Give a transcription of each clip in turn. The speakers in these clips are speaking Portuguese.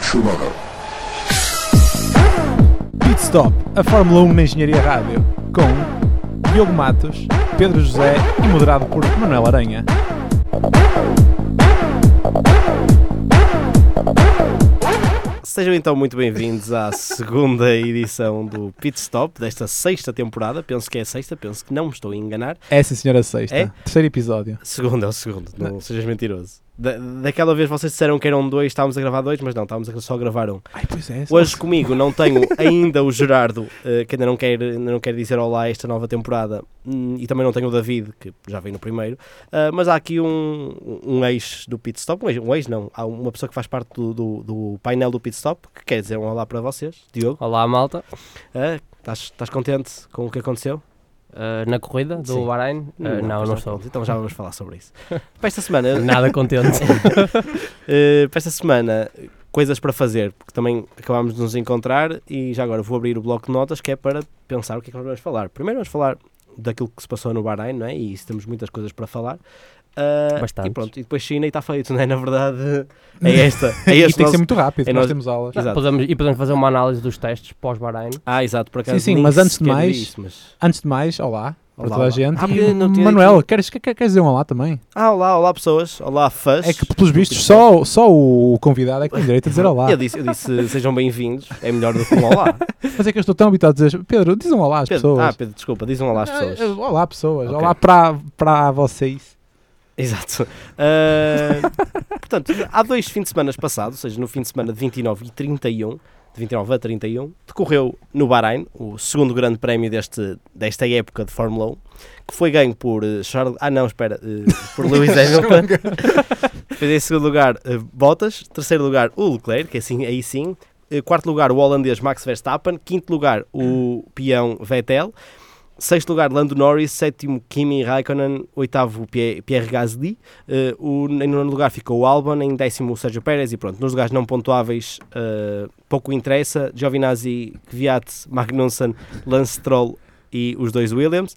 Schumacher. Pit Stop, a Fórmula 1 na Engenharia Rádio, com Diogo Matos, Pedro José e moderado por Manuel Aranha. Sejam então muito bem-vindos à segunda edição do Pit Stop desta sexta temporada. Penso que é a sexta, penso que não me estou a enganar. Essa senhora sexta, É? terceiro episódio. Segundo é o segundo, não sejas mentiroso. Da- daquela vez vocês disseram que eram dois, estávamos a gravar dois, mas não, estávamos a só gravar um. Ai, pois é. Hoje comigo não tenho ainda o Gerardo, eh, que ainda não, quer, ainda não quer dizer olá a esta nova temporada, hum, e também não tenho o David, que já veio no primeiro, ah, mas há aqui um, um ex do Pit Stop, um ex, um ex não, há uma pessoa que faz parte do, do, do painel do Pit Stop, que quer dizer um olá para vocês, Diogo. Olá, malta. Ah, Estás estás contente com o que aconteceu? Uh, na corrida do Sim. Bahrein? Uh, não, pois não estou. Então já vamos falar sobre isso. Para esta semana, Nada contente. eh, para esta semana, coisas para fazer, porque também acabámos de nos encontrar e já agora vou abrir o bloco de notas que é para pensar o que é que nós vamos falar. Primeiro vamos falar daquilo que se passou no Bahrein, não é? E isso temos muitas coisas para falar. Ah, Bastantes. E pronto, e depois China e está feito, não é? Na verdade, é esta. Isto É este tem que nosso- ser muito rápido, é nós nós- temos aulas. Exato. Podemos- e podemos fazer uma análise dos testes pós-Bahrein. Ah, exato, por acaso. Sim, sim, nem mas antes de sequer vi mais- isso, mas- Antes de mais, olá para Olá, toda a olá. gente. Ah, E, não tinha Manuel, dito. queres, que- que- queres dizer um olá também? Ah, olá, olá pessoas, olá fãs. É que, pelos vistos, só, só o convidado é que tem direito a dizer olá. Uhum. Eu disse, eu disse sejam bem-vindos, é melhor do que um olá. Mas é que eu estou tão habituado a dizer, Pedro, diz um olá às Pedro, ah, pessoas. Pedro, desculpa, diz um olá às pessoas. Ah, Olá, pessoas. Ok. Olá para, para vocês. Exato. Ah, portanto, há dois fins de semana passados, ou seja, no fim de semana de 29 e 31, de 29 a 31, decorreu no Bahrein o segundo grande prémio deste, desta época de Fórmula 1, que foi ganho por eh, Charles. Ah, não, espera, eh, por Lewis Hamilton. Depois, em segundo lugar, eh, Bottas. Terceiro lugar, o Leclerc, que assim, aí sim. Eh, Quarto lugar, o holandês Max Verstappen. Quinto lugar, o peão Vettel. Sexto lugar, Lando Norris. Sétimo, Kimi Raikkonen. Oitavo, Pie- Pierre Gasly. Eh, o, em nono lugar ficou o Albon. Em décimo, o Sérgio Pérez. E pronto, nos lugares não pontuáveis, eh, pouco interessa. Giovinazzi, Kvyat, Magnussen, Lance Stroll e os dois Williams.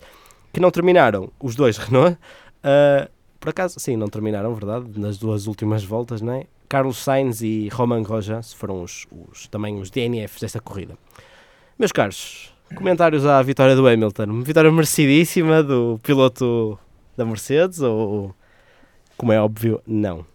Que não terminaram, os dois Renault. Eh, por acaso, sim, não terminaram, verdade, nas duas últimas voltas, não é? Carlos Sainz e Roman Rojas foram os, os- também os DNFs desta corrida. Meus caros, comentários à vitória do Hamilton. Uma vitória merecidíssima do piloto da Mercedes ou, como é óbvio, não?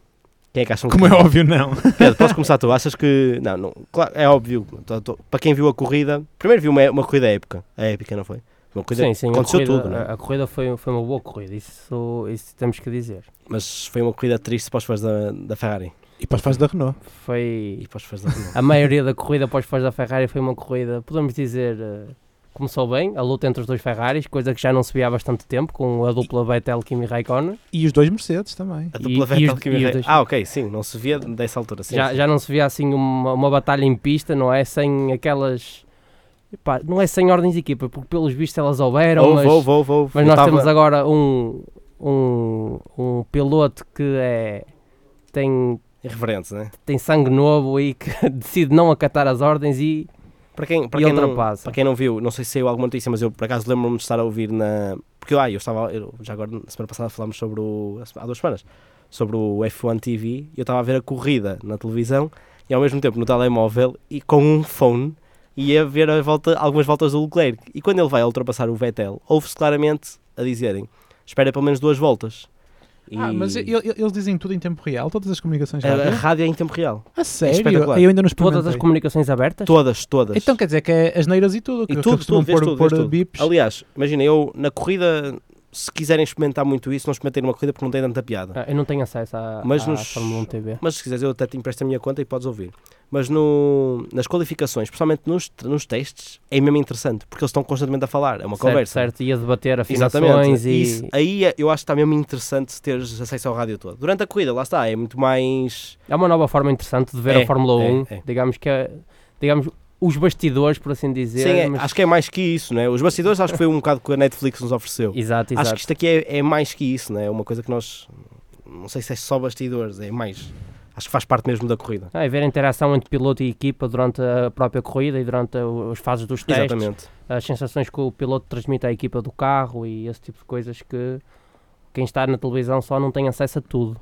Quem é que acham Como que... é óbvio, não. Pedro, posso começar tu? Achas que... Não, não claro, é óbvio. Tô- tô- Para quem viu a corrida... Primeiro viu uma, uma corrida épica. A épica, não foi? Uma corrida... sim, sim. aconteceu a corrida, tudo, não é? a- a corrida foi, foi uma boa corrida, isso, isso temos que dizer. Mas foi uma corrida triste para os fãs da, da Ferrari. E para os fãs da Renault. E Foi. para os fãs da Renault. A maioria da corrida pós-fãs da Ferrari foi uma corrida, podemos dizer. eh, Começou bem, a luta entre os dois Ferraris, coisa que já não se via há bastante tempo, com a dupla Vettel Kimi Raikkonen. E os dois Mercedes também. A E- dupla e Vettel os- que me e os veio- dois- Ah, ok, sim, não se via dessa altura. Sim, já, sim. já não se via assim uma, uma batalha em pista, não é? Sem aquelas. Epá, não é sem ordens de equipa, porque pelos vistos elas houveram, Houve, mas, houve, houve, houve. mas Eu nós tava- temos agora um, um, um piloto que é, tem, Irreverentes, né? tem sangue novo e que decide não acatar as ordens e Para quem, para, E quem não, ultrapassa. para quem não viu, não sei se saiu alguma notícia, mas eu por acaso lembro-me de estar a ouvir na. Porque ah, eu estava. eu- já agora, na semana passada, falámos sobre o. há duas semanas. Sobre o F1 TV e eu estava a ver a corrida na televisão e ao mesmo tempo no telemóvel e com um phone ia ver a volta, algumas voltas do Leclerc. E quando ele vai a ultrapassar o Vettel, ouve-se claramente a dizerem: espera pelo menos duas voltas. E Ah, mas e- e- eles dizem tudo em tempo real, todas as comunicações a, a rádio. rádio é em tempo real. A sério? espetacular. Eu ainda não todas as experimentei. comunicações abertas. Todas, todas. Então quer dizer que é as neiras e tudo, que E que tudo, costumam tudo, vês pôr- tudo, vês pôr tudo. bips. Aliás, imagina, eu na corrida, se quiserem experimentar muito isso, não experimentei numa corrida porque não tem tanta piada. Ah, Eu não tenho acesso à, Mas à nos- Fórmula 1 TV. Mas se quiseres, eu até te empresto a minha conta e podes ouvir. Mas no, nas qualificações, principalmente nos, nos testes, é mesmo interessante porque eles estão constantemente a falar, é uma certo, conversa. certo, ia debater afinações Exatamente. e Isso, aí é- eu acho que está mesmo interessante teres acesso ao rádio todo. Durante a corrida, lá está, é muito mais. É uma nova forma interessante de ver É, a Fórmula é, 1. é. Digamos que é, digamos, os bastidores, por assim dizer. Sim, é- mas- acho que é mais que isso, não é? Os bastidores acho que foi um bocado que a Netflix nos ofereceu. Exato, exato. Acho que isto aqui é, é mais que isso, né? é uma coisa que nós. Não sei se é só bastidores, é mais. Acho que faz parte mesmo da corrida. Ah, e ver a interação entre piloto e equipa durante a própria corrida e durante o- as fases dos testes, Exatamente. as sensações que o piloto transmite à equipa do carro e esse tipo de coisas que quem está na televisão só não tem acesso a tudo.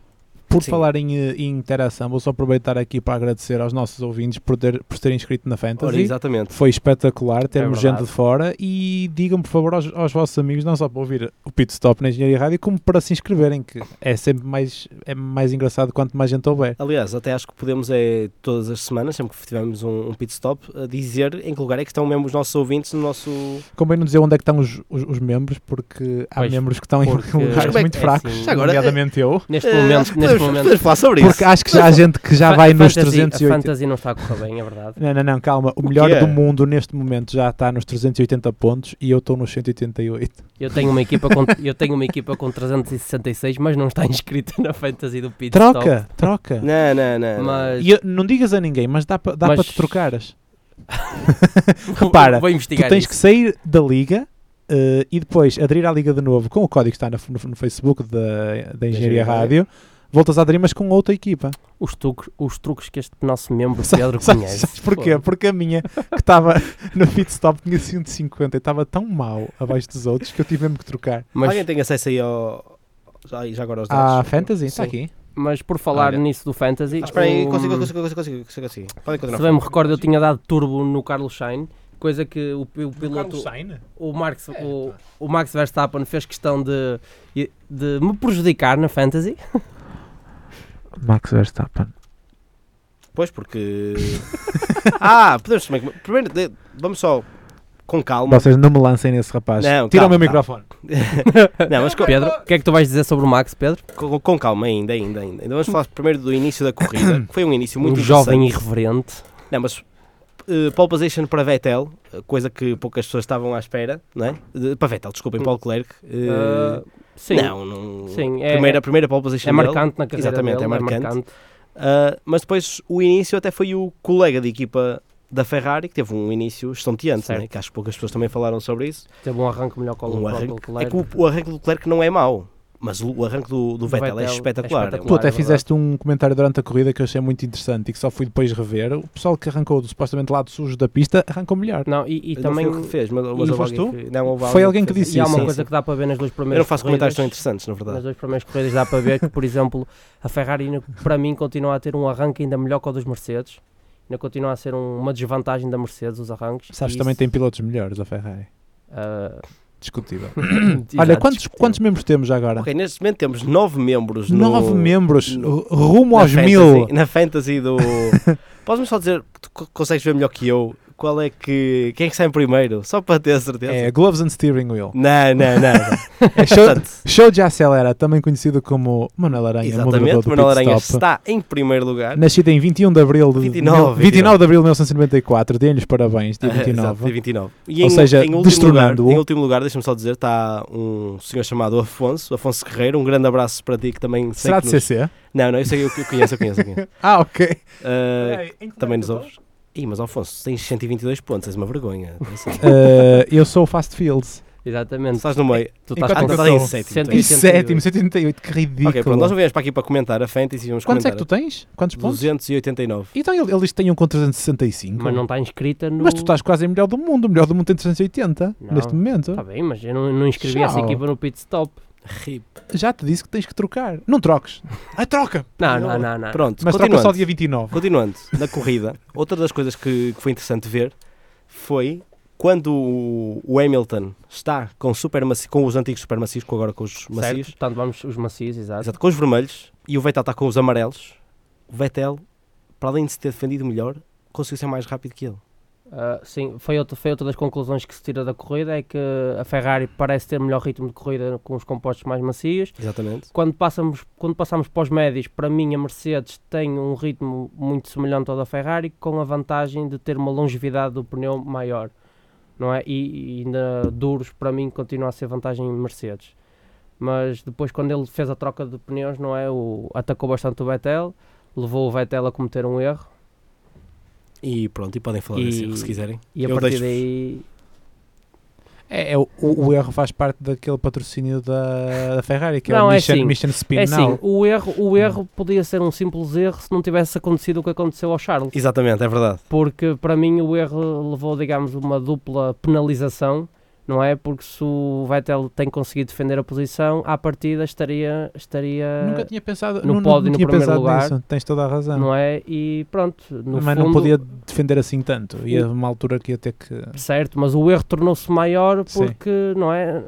Por Sim. falar em, eh, em interação, vou só aproveitar aqui para agradecer aos nossos ouvintes por, ter, por terem inscrito na Então Ora, Fantasy. exatamente. Foi espetacular termos É gente verdade. de fora e digam por favor aos, aos vossos amigos não só para ouvir o Pit Stop na Engenharia Rádio como para se inscreverem que é sempre mais, é mais engraçado quanto mais gente houver. Aliás, até acho que podemos, é, todas as semanas, sempre que tivermos um, um pit stop, a dizer em que lugar é que estão mesmo os nossos ouvintes no nosso. Convém não dizer onde é que estão os, os, os membros porque há Pois, membros que estão em porque- Mas lugares como é muito que- é fracos, assim, Já agora, nomeadamente eu, Neste Eh, acho momento, que neste podemos- momento. podemos falar sobre porque isso. acho que já há gente que já Fa- vai nos fantasy- A 380. fantasy não está a correr bem, é verdade. Não, não, não, calma. O melhor que é? do mundo neste momento já está nos 380 pontos e eu estou nos 188. Eu tenho uma equipa com, eu tenho uma equipa com 366, mas não está inscrita na fantasy do Pit Stop. Troca, troca. Não, não, não. Mas E eu- não digas a ninguém, mas dá para dá Mas- para te trocares. Repara, vou Tu investigar tens que isso. sair da liga eh, e depois aderir à liga de novo com o código que está na- no, no Facebook da, da Engenharia Engenharia Rádio. Voltas a aderir, mas com outra equipa. Os, truques, os truques que este nosso membro Sa- Pedro sa- conhece. sabes porquê? Pô, Porque a minha, que estava no pit stop, tinha 150 e estava tão mal abaixo dos outros que eu tive mesmo que trocar. Mas, Alguém tem acesso aí ao. Já, já agora aos dados? Ah, Fantasy? Está Sim. aqui. mas por falar Olha. nisso do Fantasy, Ah, espera aí, o- consigo, consigo, consigo, consigo, consigo, consigo. Podem se continuar. bem me recordo, eu tinha dado turbo no Carlos Sainz, coisa que o, pi- o piloto, o, Marx, o, o Max Verstappen fez questão de, de me prejudicar na Fantasy. Max Verstappen. Pois, porque. ah, podemos também. comer- Primeiro, de- vamos só com calma. Vocês não me lancem nesse rapaz. Não, Tira o calma, meu microfone. Não, mas com, Pedro, o que é que tu vais dizer sobre o Max, Pedro? com- com calma ainda, ainda, ainda. Então vamos falar primeiro do início da corrida. que Foi um início muito um jovem interessante. irreverente. Não, mas eh, pole position para Vettel, eh, coisa que poucas pessoas estavam à espera, não é? De- para Vettel, desculpem, para o Leclerc. eh, Ah, sim, Não, não. sim, é, primeira, primeira pole position é dele. marcante na carreira Exatamente, dele, é marcante. Ah, mas depois o início até foi o colega de equipa da Ferrari que teve um início estonteante, Certo. né? que acho que poucas pessoas também falaram sobre isso. Teve um arranque melhor que o Um Leclerc. arranque- É que o, o arranque do Leclerc não é mau, mas o, o arranque do, do Do Vettel, é Vettel é espetacular. espetacular. Tu Claro, é até verdade. fizeste um comentário durante a corrida que eu achei muito interessante e que só fui depois rever. O pessoal que arrancou do supostamente lado sujo da pista arrancou melhor. Não, e, e Não também fui eu que fez, mas, mas houve foste alguém que- não, houve Foi alguém que fez. disse e há isso, uma sim, coisa que dá para ver nas duas Eu primeiras não faço comentários corridas, tão interessantes, na verdade. Nas duas primeiras corridas dá para ver que, por exemplo, a Ferrari ainda, para mim continua a ter um arranque ainda melhor que o dos Mercedes. Ainda continua a ser um- uma desvantagem da Mercedes os arranques. Sabes, e também isso, tem pilotos melhores a Ferrari. ah, Discutível. Olha, exato, quantos, quantos membros temos já agora? Ok, neste momento temos nove membros no- Nove membros, no- rumo na aos fantasy, mil. Na fantasy do. Podes-me só dizer, que tu co- consegues ver melhor que eu, qual é que. Quem é que sai em primeiro? Só para ter a certeza. É Gloves and Steering Wheel. Não, não, não. É show, Portanto, show de Acelera, também conhecido como Manuel Aranha, é um moderador exatamente, do Manuel Pit Aranha Stop. está em primeiro lugar. Nascida em 21 de abril de 29, 29, de abril de 1994, deem-lhes parabéns, dia Ah, exato, 29. dia 29. E Ou seja, último lugar, destronando-o. em último lugar, deixa-me só dizer, está um senhor chamado Afonso, Afonso Guerreiro, um grande abraço para ti que também sei Será que de nos- CC? Não, não, eu sei, eu eu conheço, eu conheço, eu conheço. Ah, ok. É, Ah, também nos nos ouves. Ih, mas Afonso, tens 122 pontos, és uma vergonha. Atenção. Eh, eu sou o Fast Fields. É Exatamente. Estás no meio. Tu Enquanto estás Ah, com eu estás em sou sétimo. cento tu és. e- 77, 78, que ridículo. Ok, pronto, nós não viemos para aqui para comentar a Fantasy, vamos Quantos é que comentar. tu tens? Quantos pontos? 289. Então ele, ele diz que tem um com 365. mas não está inscrita no. um. Mas tu estás quase em melhor do mundo. O melhor do mundo tem 380 Não. neste momento. Tá Está Tá bem, mas eu não, não inscrevi essa Tchau. equipa no pit stop. Rip. Já te disse que tens que trocar. Não troques. Ah, troca! Não, não, não, não. Pronto, Mas troca continuando. só dia 29. Continuando, na corrida, outra das coisas que, que foi interessante ver foi quando o, o Hamilton está com, super maci- com os antigos supermacios, com agora com os Certo? macios, Portanto, vamos os macios, exato. exato, com os vermelhos, e o Vettel está com os amarelos, o Vettel, para além de se ter defendido melhor, conseguiu ser mais rápido que ele. Ah, sim, foi outra, foi outra das conclusões que se tira da corrida, é que a Ferrari parece ter melhor ritmo de corrida com os compostos mais macios. Exatamente. Quando passamos, quando passamos para os médios, para mim a Mercedes tem um ritmo muito semelhante ao da Ferrari, com a vantagem de ter uma longevidade do pneu maior, não é? E, e ainda duros, para mim, continua a ser vantagem em Mercedes. Mas depois, quando ele fez a troca de pneus, não é? O, atacou bastante o Vettel, levou o Vettel a cometer um erro, E pronto, e podem falar E- desse erro se quiserem. e a Eu partir deixo-vos. daí É, é o, o- o erro faz parte daquele patrocínio da, da Ferrari, que é o Não, é Mission, assim. Mission Spin É Now. sim, o erro, o erro podia ser um simples erro se não tivesse acontecido o que aconteceu ao Charles, Exatamente, é verdade. porque para mim o erro levou, digamos, uma dupla penalização, não é? Porque se o Vettel tem conseguido defender a posição, à partida estaria, estaria Nunca tinha pensado no nu- pódio, nunca eh, no tinha primeiro pensado lugar. nisso. Tens toda a razão. não é? E pronto, no mas fundo, não podia defender assim tanto. Ia uma altura que ia ter que. certo, mas o erro tornou-se maior Sim. porque, não é?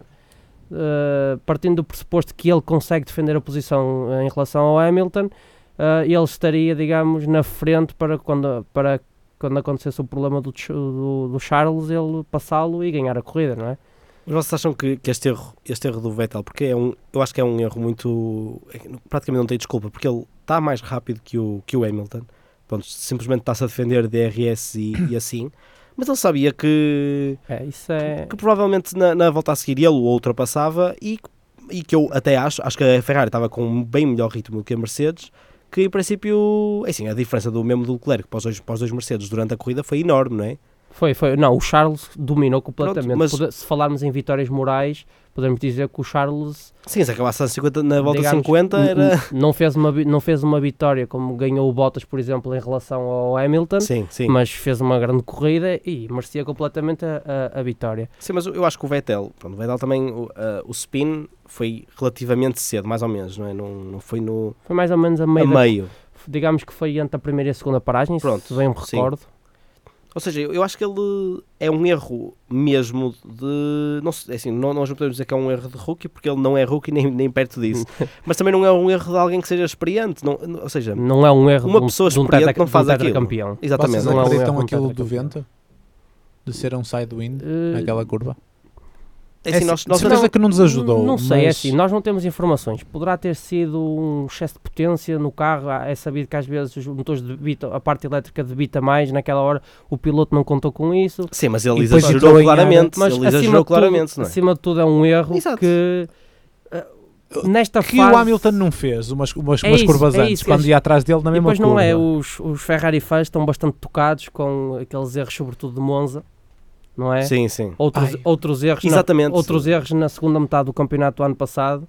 Eh, partindo do pressuposto que ele consegue defender a posição eh, em relação ao Hamilton, eh, ele estaria, digamos, na frente para quando, para quando acontecesse o problema do, Ch- do, do Charles, ele passá-lo e ganhar a corrida, não é? Mas vocês acham que, que este, erro, este erro do Vettel, porque é um, eu acho que é um erro muito. é que não- praticamente não tem desculpa, porque ele está mais rápido que o, que o Hamilton, pronto, simplesmente está-se a defender DRS e, e assim, mas ele sabia que, É, isso é. que provavelmente na, na volta a seguir ele o ultrapassava e, que- e que eu até acho, acho que a Ferrari estava com um bem melhor ritmo do que a Mercedes, que em princípio, é assim, a diferença do mesmo do Leclerc para os dois, para os dois Mercedes durante a corrida foi enorme, não é? Foi, foi. Não, o Charles dominou completamente. mas- Pode- se falarmos em vitórias morais, podemos dizer que o Charles Sim, se acabasse a 50, na volta Digamos, um, 50 n- era. n- não, fez uma, vi- não fez uma vitória como ganhou o Bottas, por exemplo, em relação ao Hamilton, Sim, sim. mas fez uma grande corrida e merecia completamente a, a- a vitória. Sim, mas eu acho que o Vettel, pronto, o Vettel também, o, ah, o spin foi relativamente cedo, mais ou menos, não é? Não, não foi no Foi mais ou menos a a meio. da- meio. digamos que foi entre a primeira e a segunda paragem, Pronto, se bem me sim. recordo. Ou seja, eu, eu acho que ele é um erro mesmo de. Não, sei, é assim, não, nós não podemos dizer que é um erro de rookie, porque ele não é rookie nem, nem perto disso. mas também não é um erro de alguém que seja experiente. Não, não- ou seja, Não é um erro Uma de um, pessoa de um experiente tetra- não de um faz aquilo. tetracampeão. exatamente. Vocês não é um acreditam erro, aquilo não do vento? De ser um sidewind Eh, naquela curva? É assim, É nós, se- nós de certeza não- que não nos ajudou. Não sei, é mas- assim, nós não temos informações. Poderá ter sido um excesso de potência no carro. Há- É sabido que às vezes os motores debitam, a parte elétrica debita mais. Naquela hora o piloto não contou com isso. então, Sim, mas ele E depois exagerou entrou em claramente. ele Mas acima, exagerou de tudo, claramente, não é? acima de tudo é um erro Exato. que eh, nesta que fase o é Hamilton não fez umas, umas, É umas isso, curvas é antes, isso, quando eles- ia atrás dele na E mesma depois curva. não é, os, os Ferrari fãs estão bastante tocados com aqueles erros, sobretudo de Monza, não é? Sim, sim. Outros, Ai. outros erros na- Exatamente. outros erros na segunda metade do campeonato do ano passado.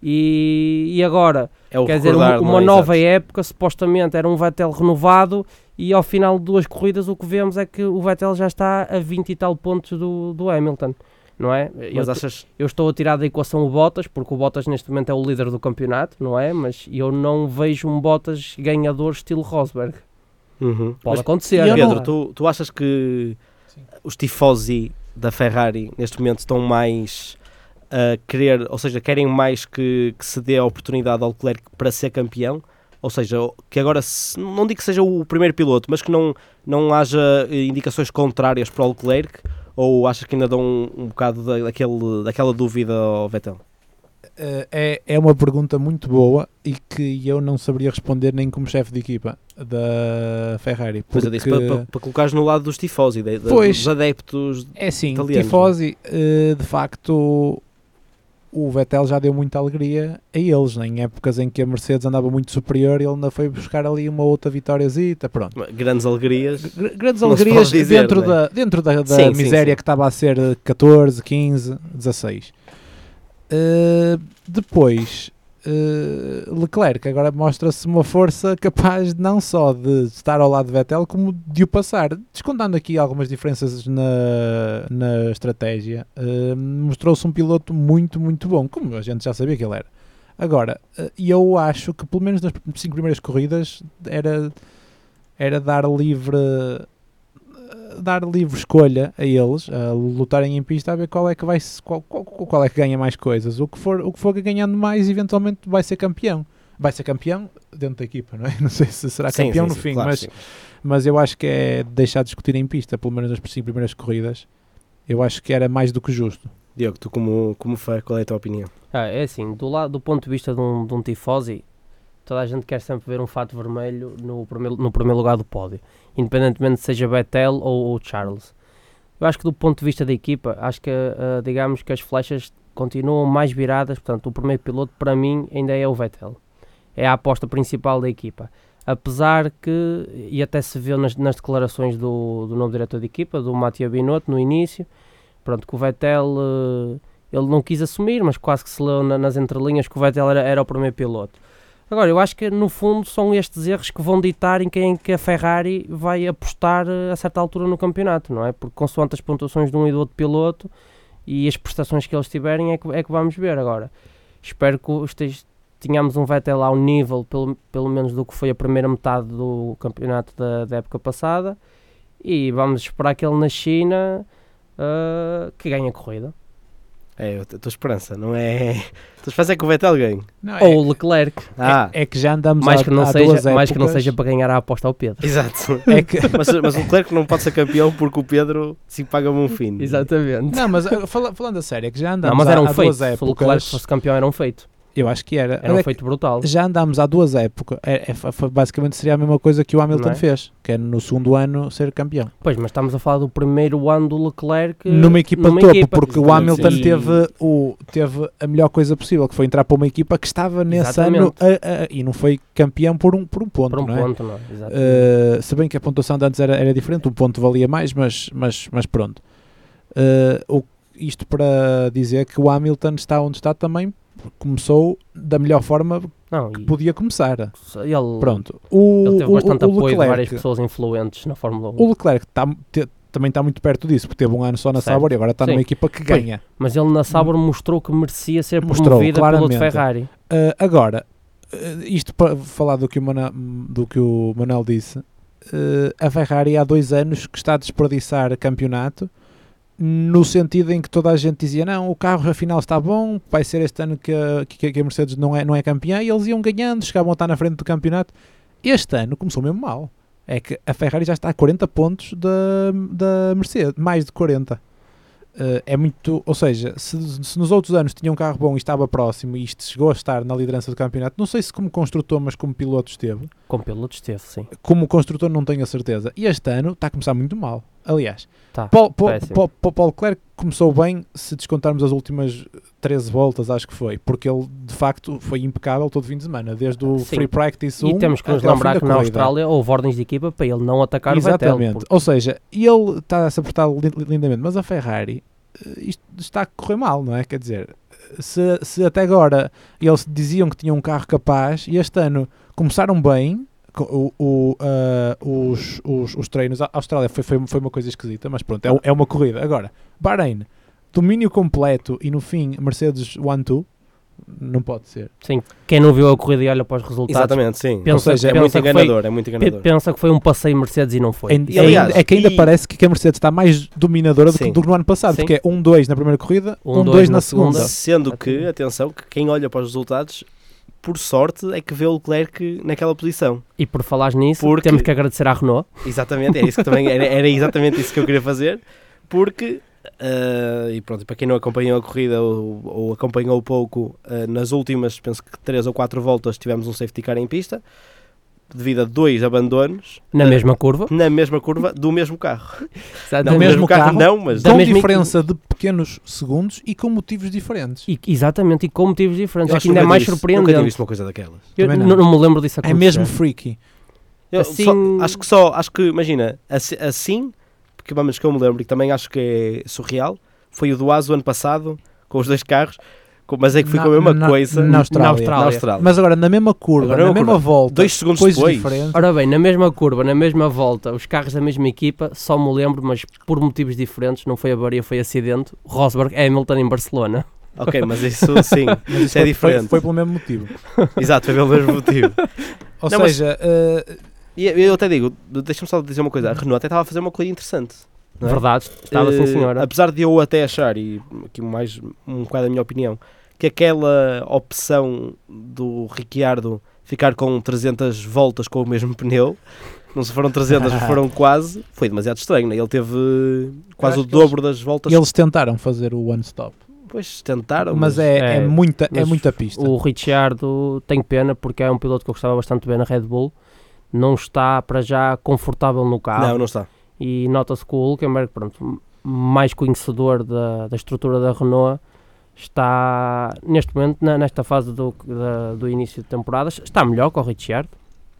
E, e agora, É o quer dizer, um, recordar, uma, não é? uma Exato. nova época, supostamente era um Vettel renovado. E ao final de duas corridas, o que vemos é que o Vettel já está a 20 e tal pontos do, do Hamilton, não é? Eu Mas t- achas, eu estou a tirar da equação o Bottas, porque o Bottas neste momento é o líder do campeonato, não é? Mas eu não vejo um Bottas ganhador estilo Rosberg. Uhum. Pode Mas, acontecer, e eu agora. Pedro, tu, tu achas que Sim. os tifosi da Ferrari neste momento estão mais a querer, ou seja, querem mais que, que se dê a oportunidade ao Leclerc para ser campeão? Ou seja, que agora, se- não digo que seja o primeiro piloto, mas que não, não haja eh, indicações contrárias para o Leclerc? Ou achas que ainda dão um, um bocado da- daquele, daquela dúvida ao Vettel? Eh, é, é uma pergunta muito boa e que eu não saberia responder nem como chefe de equipa da Ferrari. Pois Porque eu disse, para, para, para colocares no lado dos tifosi, da- da- Pois. dos adeptos. é assim, italianos, Tifosi, eh, de facto, o Vettel já deu muita alegria a eles. né? Em épocas em que a Mercedes andava muito superior, ele ainda foi buscar ali uma outra vitóriazita. Pronto. Grandes alegrias. Gr- grandes Não se pode alegrias dizer, dentro, né? da, dentro da, da Sim, sim, miséria sim. que estava a ser eh, 14, 15, 16. Eh, depois, eh, Leclerc agora mostra-se uma força capaz não só de estar ao lado de Vettel, como de o passar. Descontando aqui algumas diferenças na, na estratégia, eh, mostrou-se um piloto muito, muito bom, como a gente já sabia que ele era. Agora, eh, eu acho que pelo menos nas cinco primeiras corridas era era dar livre eh, dar livre escolha a eles a lutarem em pista a ver qual é que vai se- qual, qual, qual é que ganha mais coisas o que for o que for ganhando mais eventualmente vai ser campeão vai ser campeão dentro da equipa não é não sei se será Sim, campeão sim, no sim, fim claro, mas sim. mas eu acho que é deixar discutir em pista pelo menos nas cinco primeiras corridas eu acho que era mais do que justo Diogo, tu como, como fã, qual é a tua opinião? Ah, é assim, do, lado, do ponto de vista de um, de um tifosi, toda a gente quer sempre ver um fato vermelho no primeiro, no primeiro lugar do pódio, independentemente se seja Vettel ou, ou Charles. Eu acho que do ponto de vista da equipa, acho que, ah, digamos que as flechas continuam mais viradas, portanto, o primeiro piloto para mim ainda é o Vettel. É a aposta principal da equipa. Apesar que, e até se viu nas, nas declarações do, do novo diretor de equipa, do Matia Binotto, no início, pronto, que o Vettel... ah, ele não quis assumir, mas quase que se leu na- nas entrelinhas que o Vettel era, era o primeiro piloto. Agora, eu acho que no fundo são estes erros que vão ditar em quem que a Ferrari vai apostar eh, a certa altura no campeonato, não é? Porque consoante as pontuações de um e do outro piloto, e as prestações que eles tiverem é que, é que vamos ver agora. Espero que esteja, tenhamos um Vettel ao nível, pelo, pelo menos, do que foi a primeira metade do campeonato da, da época passada. E vamos esperar que ele na China ah, que ganhe a corrida. É, eu- a tua esperança, não é? A tua esperança é que o Vettel ganhe. Não, Ou o Leclerc, Ah, é, é que já andamos mais, há, que não há duas seja, mais que não épocas. seja para ganhar a aposta ao Pedro. exato. É que- Mas, mas o Leclerc não pode ser campeão porque o Pedro se paga-me um fim. Exatamente. Não, mas ah, fala- falando a sério, é que já Não, andamos mas era há, um há feito. duas Se o Leclerc épocas. fosse campeão, era um feito. Eu acho que era. Era Olha um que feito brutal. já andámos há duas épocas. É, é- foi- basicamente seria a mesma coisa que o Hamilton Não é? fez, que é no segundo ano ser campeão. Pois, mas estamos a falar do primeiro ano do Leclerc numa equipa Eh, numa topo, equipa. porque o Exatamente, Hamilton sim. teve, o, teve a melhor coisa possível, que foi entrar para uma equipa que estava nesse ano a- a- e não foi campeão por um, por um ponto, Por um não é? ponto, não. é? Exato. Uh, se bem que a pontuação de antes era, era diferente, um ponto valia mais, mas, mas, mas pronto. Uh, o- isto para dizer que o Hamilton está onde está também, porque começou da melhor forma que não, e podia começar. ele, Pronto, o, ele teve o- bastante o apoio de várias Leclerc, pessoas influentes na Fórmula 1. o Leclerc tá- te- também está muito perto disso, porque teve um ano só na Certo. Sauber e agora está Sim. numa equipa que Pois, ganha. Mas ele na Sauber mostrou que merecia ser Mostrou, promovido a piloto claramente. Ferrari. Uh, agora, uh, isto para falar do que o Mana- do que o Manel disse, uh, a Ferrari há dois anos que está a desperdiçar campeonato, no sentido em que toda a gente dizia não, o carro afinal está bom, vai ser este ano que a, que, que a Mercedes não é, não é campeã, e eles iam ganhando, chegavam a estar na frente do campeonato. Este ano começou mesmo mal. É que a Ferrari já está a 40 pontos da, da Mercedes, mais de 40. Uh, é muito, ou seja, se, se nos outros anos tinha um carro bom e estava próximo e isto chegou a estar na liderança do campeonato, não sei se como construtor, mas como piloto esteve. Com pilotos teve, sim. Como construtor, não tenho a certeza. E este ano está a começar muito mal. Aliás, Tá, Paul, Paul, péssimo. Paul- Paul- Paul Leclerc começou bem se descontarmos as últimas 13 voltas, acho que foi, porque ele de facto foi impecável todo fim de semana, desde o Sim. Free Practice 1 E temos que nos até ao fim lembrar da que na corrida. Austrália houve ordens de equipa para ele não atacar o Exatamente. Vettel. porque- Ou seja, ele está a se apertar lin- lindamente, mas a Ferrari eh, isto está a correr mal, não é? Quer dizer, se, se até agora eles diziam que tinham um carro capaz e este ano começaram bem. co- O, o, ah, os, os, os treinos, a Austrália foi, foi, foi uma coisa esquisita, mas pronto, é, um- é uma corrida. Agora, Bahrein, domínio completo e no fim, Mercedes 1-2, não pode ser. Sim, quem não viu a corrida e olha para os resultados, Exatamente, sim. Pensa- Ou seja, é pensa muito que foi- enganador, é muito pe- enganador. pensa que foi um passeio Mercedes e não foi. Ainda- E, aliás, ainda- é que ainda e- parece que a Mercedes está mais dominadora do que, Sim. Um, do que no ano passado, Sim. porque é 1-2 na primeira corrida, 1-2 1-2 na na segunda. segunda. Sendo que, atenção, que quem olha para os resultados, por sorte, é que vê o Leclerc naquela posição. E por falares nisso, Porque- temos que agradecer à Renault. Exatamente, era, isso que também, era, era exatamente isso que eu queria fazer, porque, ah, e pronto, para quem não acompanhou a corrida ou, ou acompanhou pouco, ah, nas últimas, penso que três ou quatro voltas tivemos um safety car em pista, devido a dois abandonos Na ah, mesma curva. na mesma curva do mesmo carro. Exatamente. mesmo carro? não, mas Da Com mesma diferença de pequenos segundos e com motivos diferentes. E- exatamente, e com motivos diferentes. Eu É acho que que ainda é nunca mais tinha visto- Nunca tinha surpreendente. visto uma coisa daquelas. Eu Também n- não. não me lembro É disso acontecer. mesmo freaky. Eu Assim- só- acho que só, acho que, imagina, assi- assim, porque pelo menos que eu me lembro e que também acho que é surreal, foi o do Aso ano passado, com os dois carros, com- mas é que foi com a Na- mesma na- coisa na Austrália. Na Austrália. Mas agora, na mesma curva, Agora é na uma mesma curva. volta, Dois segundos coisas depois. diferentes. Ora bem, na mesma curva, na mesma volta, os carros da mesma equipa, só me lembro, mas por motivos diferentes, não foi avaria, foi acidente. Rosberg, Hamilton em Barcelona. Ok, mas isso sim, isso é Foi- foi- diferente. Foi pelo mesmo motivo. Exato, foi pelo mesmo motivo. Ou Não, mas- seja, eh, E eu até digo, deixa-me só dizer uma coisa, a Renault até estava a fazer uma coisa interessante. Não é? Verdade, estava Eh, sim senhora. Apesar de eu até achar, e aqui mais um bocado a minha opinião, que aquela opção do Ricciardo ficar com 300 voltas com o mesmo pneu, não se foram 300, mas foram quase, foi demasiado estranho. Né? Ele teve quase acho o que dobro das voltas eles tentaram fazer o one stop, depois tentaram. mas é, é é, muita, é mas muita pista. O Ricciardo tem pena porque é um piloto que eu gostava bastante bem na Red Bull. Não está para já confortável no é- carro. Não, não está. e nota-se que o Hulkenberg, pronto, m- mais conhecedor da, da estrutura da Renault, está neste momento, na- nesta fase do, da- do início de temporada, está melhor que o Richard.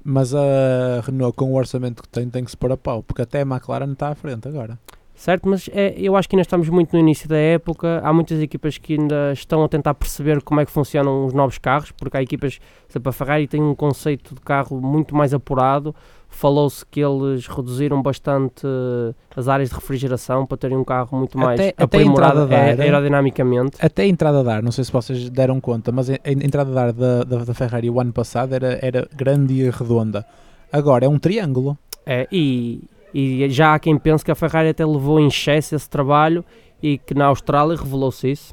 Mas a Renault, com o orçamento que tem, tem que se pôr a pau, porque até a McLaren está à frente agora. certo? Mas é, eu acho que ainda estamos muito no início da época. Há muitas equipas que ainda estão a tentar perceber como é que funcionam os novos carros, porque há equipas, por exemplo, a Ferrari tem um conceito de carro muito mais apurado. Falou-se que eles reduziram bastante eh, as áreas de refrigeração para terem um carro muito mais Até- até a aprimorado entrada da ae- era- aerodinamicamente. Até a entrada de ar, não sei se vocês deram conta, mas a a entrada de ar da, da, da Ferrari o ano passado era, era grande e redonda. Agora é um triângulo. É, e, e já há quem pense que a Ferrari até levou em excesso esse trabalho e que na Austrália revelou-se isso,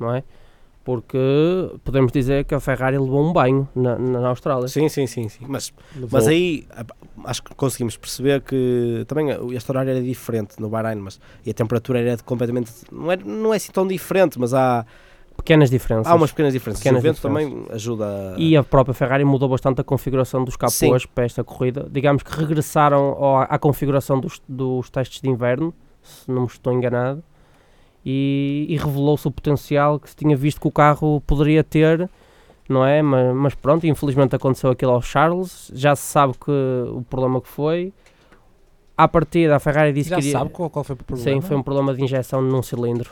não é? Porque podemos dizer que a Ferrari levou um banho na, na, na Austrália. Sim, sim, sim, sim. Mas, Levou. mas aí ah, pá, acho que conseguimos perceber que também ah, este horário era diferente no Bahrein, mas e a temperatura era de- completamente. Não é, não é assim tão diferente, mas há, pequenas diferenças. há umas pequenas diferenças. Pequenas o vento diferenças. também ajuda a- E a própria Ferrari mudou bastante a configuração dos capôs Sim. para esta corrida. Digamos que regressaram ao- à configuração dos, dos testes de inverno, se não me estou enganado, e, e revelou-se o potencial que se tinha visto que o carro poderia ter, não é? Ma- Mas, pronto, infelizmente aconteceu aquilo ao Charles, já se sabe que o problema que foi. À partida, a Ferrari disse Já que iria- sabe qual, qual foi o Sim, problema? foi um problema de injeção num cilindro.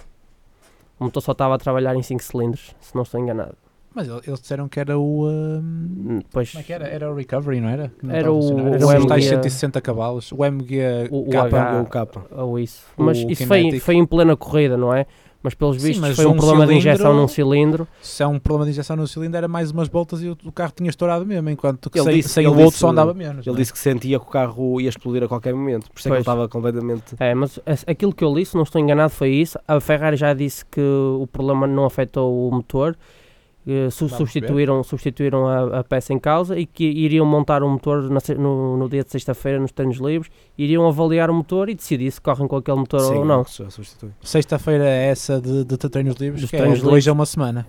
O motor só estava a trabalhar em 5 cilindros, se não estou enganado. Mas ele- eles disseram que era o. hum, Depois, Como é que era? Era o Recovery, não era? Que não Era estava a o- funcionar. Era o os tais MG. 160 cavalos. O MG. O- o K. H. o capa. ou isso. O Mas isso foi, Kinetic. foi em plena corrida, não é? Mas pelos Sim, vistos mas foi um, um problema de injeção cilindro- num cilindro. Se é um problema de injeção no cilindro, era mais umas voltas e o, o carro tinha estourado mesmo. Enquanto que Ele sem, disse- sem ele o outro disse- só andava menos. não Ele é? disse que sentia que o carro ia explodir a qualquer momento, por isso é que ele Pois. estava completamente. É, mas a- aquilo que eu li, se não estou enganado, foi isso. A Ferrari já disse que o problema não afetou o motor. eh, su- Vamos substituíram substituíram a, a peça em causa e que iriam montar o motor na se- no, no dia de sexta-feira nos treinos livres, iriam avaliar o motor e decidir se correm com aquele motor ou não. su- substitui. Sexta-feira é essa de, de treinos livres, Dos que treinos é de hoje livres. a uma semana.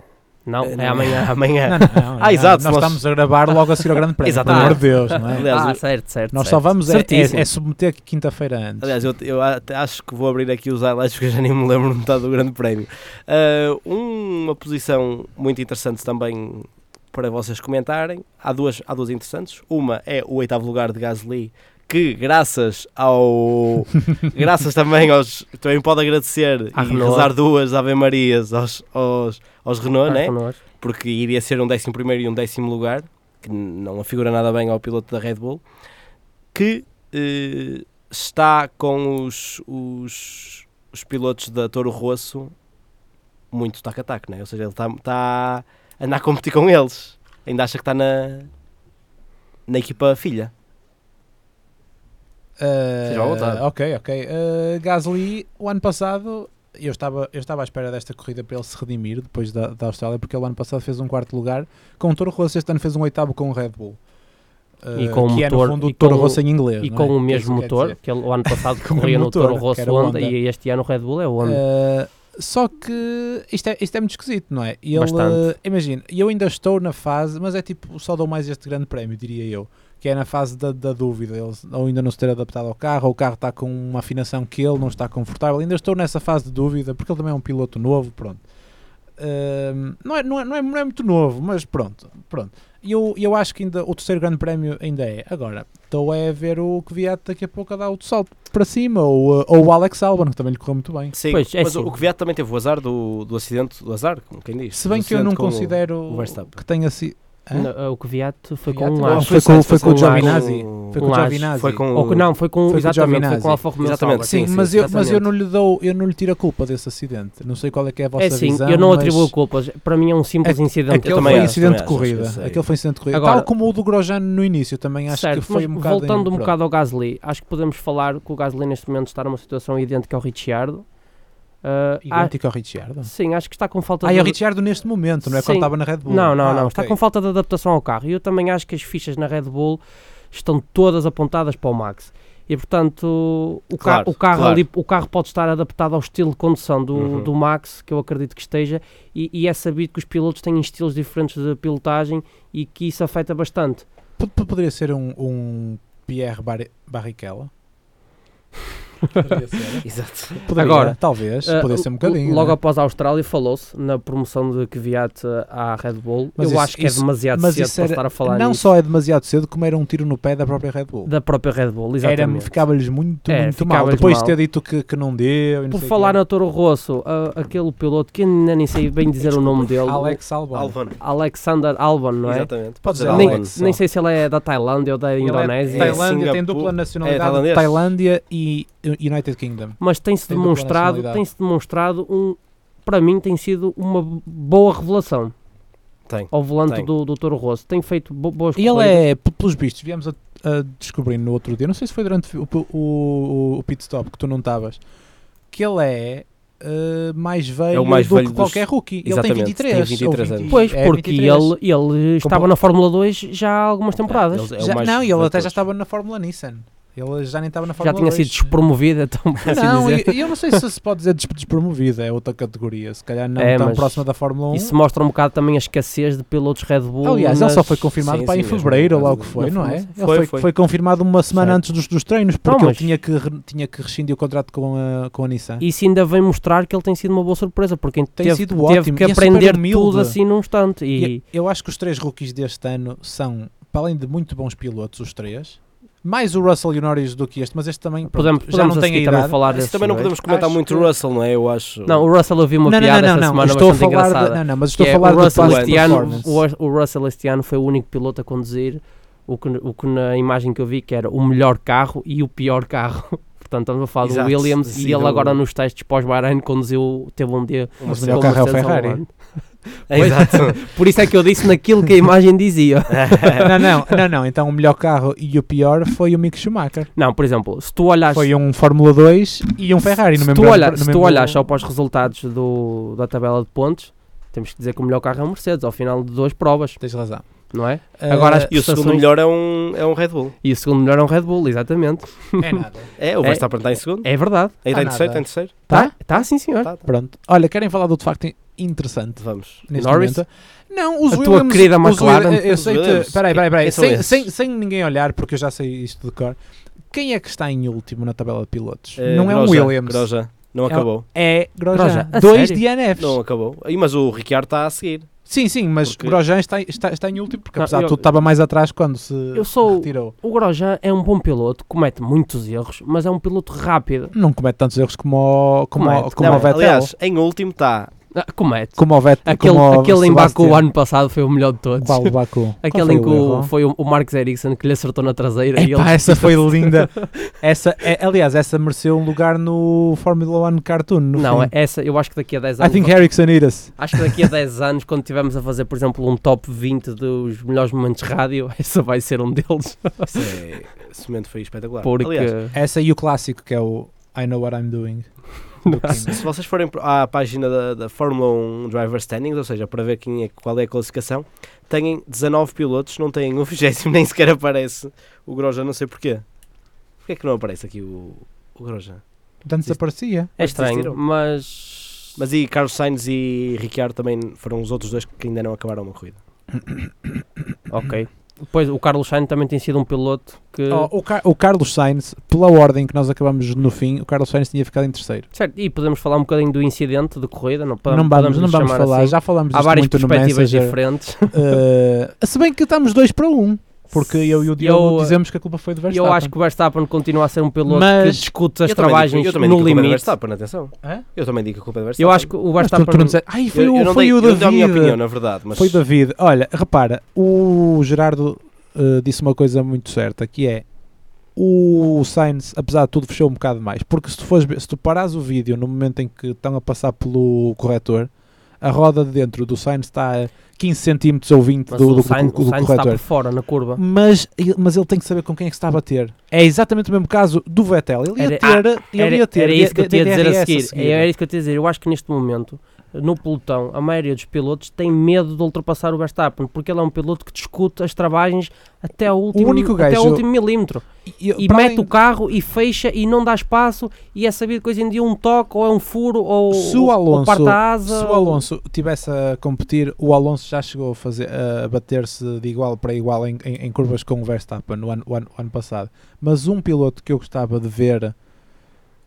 Não, Eh, é, não, amanhã. Amanhã. Não, não, não, Ah, exato, Nós nós- estamos a gravar logo a seguir ao Grande Prémio, Exatamente. pelo amor de Deus, não é? Aliás, ah, eu- certo, certo. Nós só certo. vamos é, é, Certíssimo. é submeter quinta-feira antes. Aliás, eu, eu até acho que vou abrir aqui os highlights porque eu já nem me lembro metade do Grande Prémio. Ah, uma posição muito interessante também para vocês comentarem. Há duas, há duas interessantes. Uma é o oitavo lugar de Gasly, que graças ao. graças também aos. Também pode agradecer À e Renault. rezar duas Ave Marias aos, aos, aos Ah, Renault, né? Connosco. porque iria ser um décimo primeiro e um décimo lugar, que n- não afigura nada bem ao piloto da Red Bull, que eh, está com os, os, os pilotos da Toro Rosso muito tac a tac, né? ou seja, ele está está a andar a competir com eles, ainda acha que está na, na equipa filha. Ah, Seja à vontade. ok, ok. Ah, Gasly, o ano passado, eu estava, eu estava à espera desta corrida para ele se redimir depois da, da Austrália, porque ele ano passado fez um quarto lugar com o Toro Rosso, este ano fez um oitavo com o Red Bull. Ah, E com o que é, motor- no fundo, e o Toro com o- Rosso em inglês. E não com é? Que o mesmo isso quer motor, dizer. que ele, o ano passado Com o corria no motor, Toro que Rosso era Honda, o Honda. e este ano o Red Bull é Honda. Ah, só que isto é, isto é muito esquisito, não é? E Ele, Bastante. imagina, e eu ainda estou na fase, mas é tipo, só dou mais este grande prémio, diria eu, que é na fase da, da dúvida. Ele ou ainda não se ter adaptado ao carro, ou o carro está com uma afinação que ele não está confortável. Ainda estou nessa fase de dúvida, porque ele também é um piloto novo, pronto. Ahm, não, é, não, é, não, é, não é muito novo, mas pronto, pronto. E eu, eu acho que ainda o terceiro grande prémio ainda é. Agora, estou é a ver o que viado daqui a pouco a dar outro salto para cima, ou, ah, ou o Alex Albon, que também lhe correu muito bem. Sim, Pois, é mas o- assim. o que também teve o azar do, do acidente, do azar, como quem diz. Se bem do que eu não acidente com o- considero o Verstappen. que tenha sido. Hã? Não, eh, o Kvyat foi com Kvyat um É. não, ar. Não, foi com- foi com o com- Giovinazzi. Foi com Um o as. Giovinazzi. Foi com Ou que não, foi com, Foi com o exatamente, foi Giovinazzi. com o Alfa Romeo Exatamente, Sauber. Sim, sim, mas, sim, eu, mas eu exatamente. não lhe dou, eu não lhe tiro a culpa desse acidente. Não sei qual é que é a vossa É sim, visão. eu não mas atribuo a culpas. Para mim é um simples Aque- incidente. Aquele Eu também foi acho, incidente de também acho, acho que corrida. sei. Aquele foi incidente de corrida. Agora- Tal como o do Grosjean no início, também acho certo, que foi mas um bocado. em- voltando um pronto. bocado ao Gasly, acho que podemos falar que o Gasly neste momento está numa situação idêntica ao Ricciardo. Ah, ah, Idêntico ao Ricciardo. sim, acho que está com falta Ah, de... é o Ricciardo neste momento, não é? Quando Sim. estava na Red Bull. Não, não, Ah, não. ok. Está com falta de adaptação ao carro. E eu também acho que as fichas na Red Bull estão todas apontadas para o Max. E portanto, o, ca- Claro, o carro, claro. ali- o carro pode estar adaptado ao estilo de condução do, Uhum. do Max, que eu acredito que esteja, e, e é sabido que os pilotos têm estilos diferentes de pilotagem e que isso afeta bastante. P- p- Poderia ser um, um Pierre Barri- Barrichello. Poderia ser. Exato. Poderia, Agora, talvez, Ah, poderia ser um l- bocadinho. Logo né? após a Austrália, falou-se na promoção de Kvyat ah, à Red Bull. Mas eu isso- acho que isso- é demasiado mas cedo isso para era- estar a falar Não nisso. só é demasiado cedo, como era um tiro no pé da própria Red Bull. da própria Red Bull, Era, exatamente. ficava-lhes muito, É, muito mal. ficava-lhes Depois de mal. ter dito que, que não deu. e não Por sei o falar quê. na Toro Rosso, a- aquele piloto que ainda nem sei bem dizer o nome dele, Alex Albon. Albon. Alexander Albon, não é? Exatamente. Pode ser Nem, Albon. nem sei se ele é da Tailândia ou da Ele é- Indonésia, é Tailândia tem Singapura. dupla É nacionalidade. tailandês. Tailândia e United Kingdom. mas tem-se Tem dupla demonstrado, nacionalidade. tem-se demonstrado um, para mim tem sido uma boa revelação Tem. ao volante Tem. do, do Toro Rosso. Tem feito bo- boas E corridas. ele é, p- pelos vistos, viemos a, a descobrir no outro dia, não sei se foi durante o, o, o- o pit stop que tu não estavas, que ele é eh, mais velho o mais do velho que dos- qualquer rookie. ele tem Exatamente, 23, tem ou 23 anos. 20 Pois, é porque 23. ele, ele estava Compa- na Fórmula 2 já há algumas temporadas. É, ele é o Já- mais não, ele de até já todos. estava na Fórmula Nissan. Ele já nem estava na já Fórmula tinha 2. sido despromovido, então por assim Não, dizer. e e eu não sei se se pode dizer des- despromovido, é outra categoria. Se calhar não É, tão mas próxima da Fórmula 1. Isso mostra um bocado também a escassez de pilotos Red Bull. Aliás, ele nas- só foi confirmado Sim, para sim, em mesmo, fevereiro, ou mas lá o que na foi, não é? Fórmula Ele Foi, foi, foi. foi confirmado uma semana Certo. antes dos, dos treinos, porque mas- ele tinha que, re- tinha que rescindir o contrato com a, com a Nissan. Isso ainda vem mostrar que ele tem sido uma boa surpresa, porque Tem teve, sido teve ótimo, que e é super aprender humilde. tudo assim num instante. E, E é- eu acho que os três rookies deste ano são, para além de muito bons pilotos, os três, mais o Russell e o Norris do que este, mas este também pronto, podemos, já podemos não a tem a seguir idade. também falar Isso desses também não dois. podemos comentar Acho muito que- o Russell, não é? Eu acho. Não, o Russell ouviu uma não, não, piada não, esta não, não. semana Estou a bastante falar engraçada. de, não, não, mas que estou é, a falar o do Russell past este ano, performance. o, Ru- o Russell este ano foi o único piloto a conduzir o que, o que na imagem que eu vi que era o melhor carro e o pior carro. Portanto, estamos a falar Exato, do Williams sim, e ele do- agora nos testes pós-Bahrein conduziu, teve um dia o Mas o Mercedes. melhor com carro é o Mercedes ao Ferrari. volante. É, Exato. Por isso é que eu disse naquilo que a imagem dizia. É. não, não, não, não. Então o melhor carro e o pior foi o Mick Schumacher. Não, por exemplo, se tu olhas Foi um Fórmula 2 e um Ferrari no se mesmo tu, grande- olhar, no se tu mesmo- olhas só para os resultados do, da tabela de pontos, temos que dizer que o melhor carro é o Mercedes, ao final de duas provas, Tens razão. não é? Agora as Eh, E o segundo Prestações- melhor é um, é um Red Bull. E o segundo melhor é um Red Bull, exatamente. é nada. É, o É. Verstappen está em segundo. É verdade. Aí está Tá em terceiro, nada. está em terceiro. Tá? Tá, sim, senhor. Tá, tá. Pronto. Olha, querem falar de outro facto interessante Vamos. neste Norris? momento? Não, os A tua Williams... querida os Williams- McLaren? é Eu sei Williams. que... Peraí, peraí, peraí. Quem são Sem, esses? sem, sem ninguém olhar, porque eu já sei isto de cor. Quem é que está em último na tabela de pilotos? Eh, não é um Grosjean, Williams. Grosjean. Não É- acabou. É Grosjean. Grosjean, a Dois sério? DNFs. Não acabou. Aí, mas o Ricciardo está a seguir. Sim, sim, mas Porque- Grosjean está, está, está em último, porque Não, apesar de eu- tudo estava mais atrás quando se Eu sou. retirou. O Grosjean é um bom piloto, comete muitos erros, mas é um piloto rápido. Não comete tantos erros como o, como o, Comete. como Não, o Vettel. aliás, em último está. Ah, comete. como o Vettel. Aquele, como o aquele em Baku o Sebastian. ano passado foi o melhor de todos. Qual o Baku? Qual Aquele foi em que o o, erro? foi o, o Marcos Ericsson que lhe acertou na traseira e Epá, ele. essa foi linda. Essa, é- aliás, essa mereceu um lugar no Fórmula 1 Cartoon. No Não, é fim. essa, eu acho que daqui a 10 I anos think Ericsson eat us. Acho que daqui a 10 anos, quando tivermos a fazer, por exemplo, um top 20 dos melhores momentos de rádio, essa vai ser um deles. Isso é- Esse momento foi espetacular. Porque é Aliás, Essa e o clássico que é o I know what I'm doing. do Kimi. se vocês forem pro- à página da, da Fórmula 1 Driver Standings, ou seja, para ver quem é, qual é a classificação, têm 19 pilotos, não têm um vigésimo, nem sequer aparece o Grosjean, não sei porquê. Porquê é que não aparece aqui o, o Grosjean? Portanto, desaparecia. é Mas desistiram. estranho, mas. Mas e Carlos Sainz e Ricciardo também foram os outros dois que ainda não acabaram uma corrida. Ok. Depois, o Carlos Sainz também tem sido um piloto que. Oh, o, Car- o Carlos Sainz, pela ordem que nós acabamos no fim, o Carlos Sainz tinha ficado em terceiro. Certo, e podemos falar um bocadinho do incidente de corrida, não podemos, não vamos, podemos não vamos chamar falar, assim. já falamos Há disto várias muito no perspectivas Messenger. diferentes. Eh, se bem que estamos dois para um, porque eu e o Diogo eh, Eu, dizemos que a culpa foi do Eu Verstappen. acho que o Verstappen continua a ser um piloto que Mas- discute as eu também travagens digo, eu também digo no que a culpa é do limite. Verstappen, atenção. Hã? Eu também digo que a culpa é do Verstappen. Eu acho que o Mas tu- Verstappen. tu não disseste- Ai, foi eu, o, eu não foi dei, o eu não dei a minha David. opinião, na verdade, mas Foi o David. Olha, repara, o Gerardo eh, disse uma coisa muito certa, que é o Sainz, apesar de tudo, fechou um bocado mais. Porque se tu, fores, ver- se tu parares o vídeo no momento em que estão a passar pelo corretor, a roda de dentro do Sainz está a 15 cm ou 20 Mas do, do, o Sainz, do- o do Sainz está por corretor. fora na curva. Mas, ele- mas ele tem que saber com quem é que se está a bater. É exatamente o mesmo caso do Vettel. Ele ia Era- ah, ter. ele era, ia ter era isso que eu D- tinha a dizer DRS a seguir. Era isso que eu tinha a dizer. Eu acho que neste momento, no pelotão, a maioria dos pilotos tem medo de ultrapassar o Verstappen, porque ele é um piloto que discute as travagens até ao último, único até ao gajo- último milímetro. E, E para mete além- o carro e fecha e não dá espaço e é sabido que hoje em dia um toque ou é um furo ou, Se o ou- ou Alonso- parte a asa. Se o ou- Alonso tivesse a competir, o Alonso já chegou a, fazer, a bater-se de igual para igual em, em- em curvas com o Verstappen no ano, o ano- o ano passado. Mas um piloto que eu gostava de ver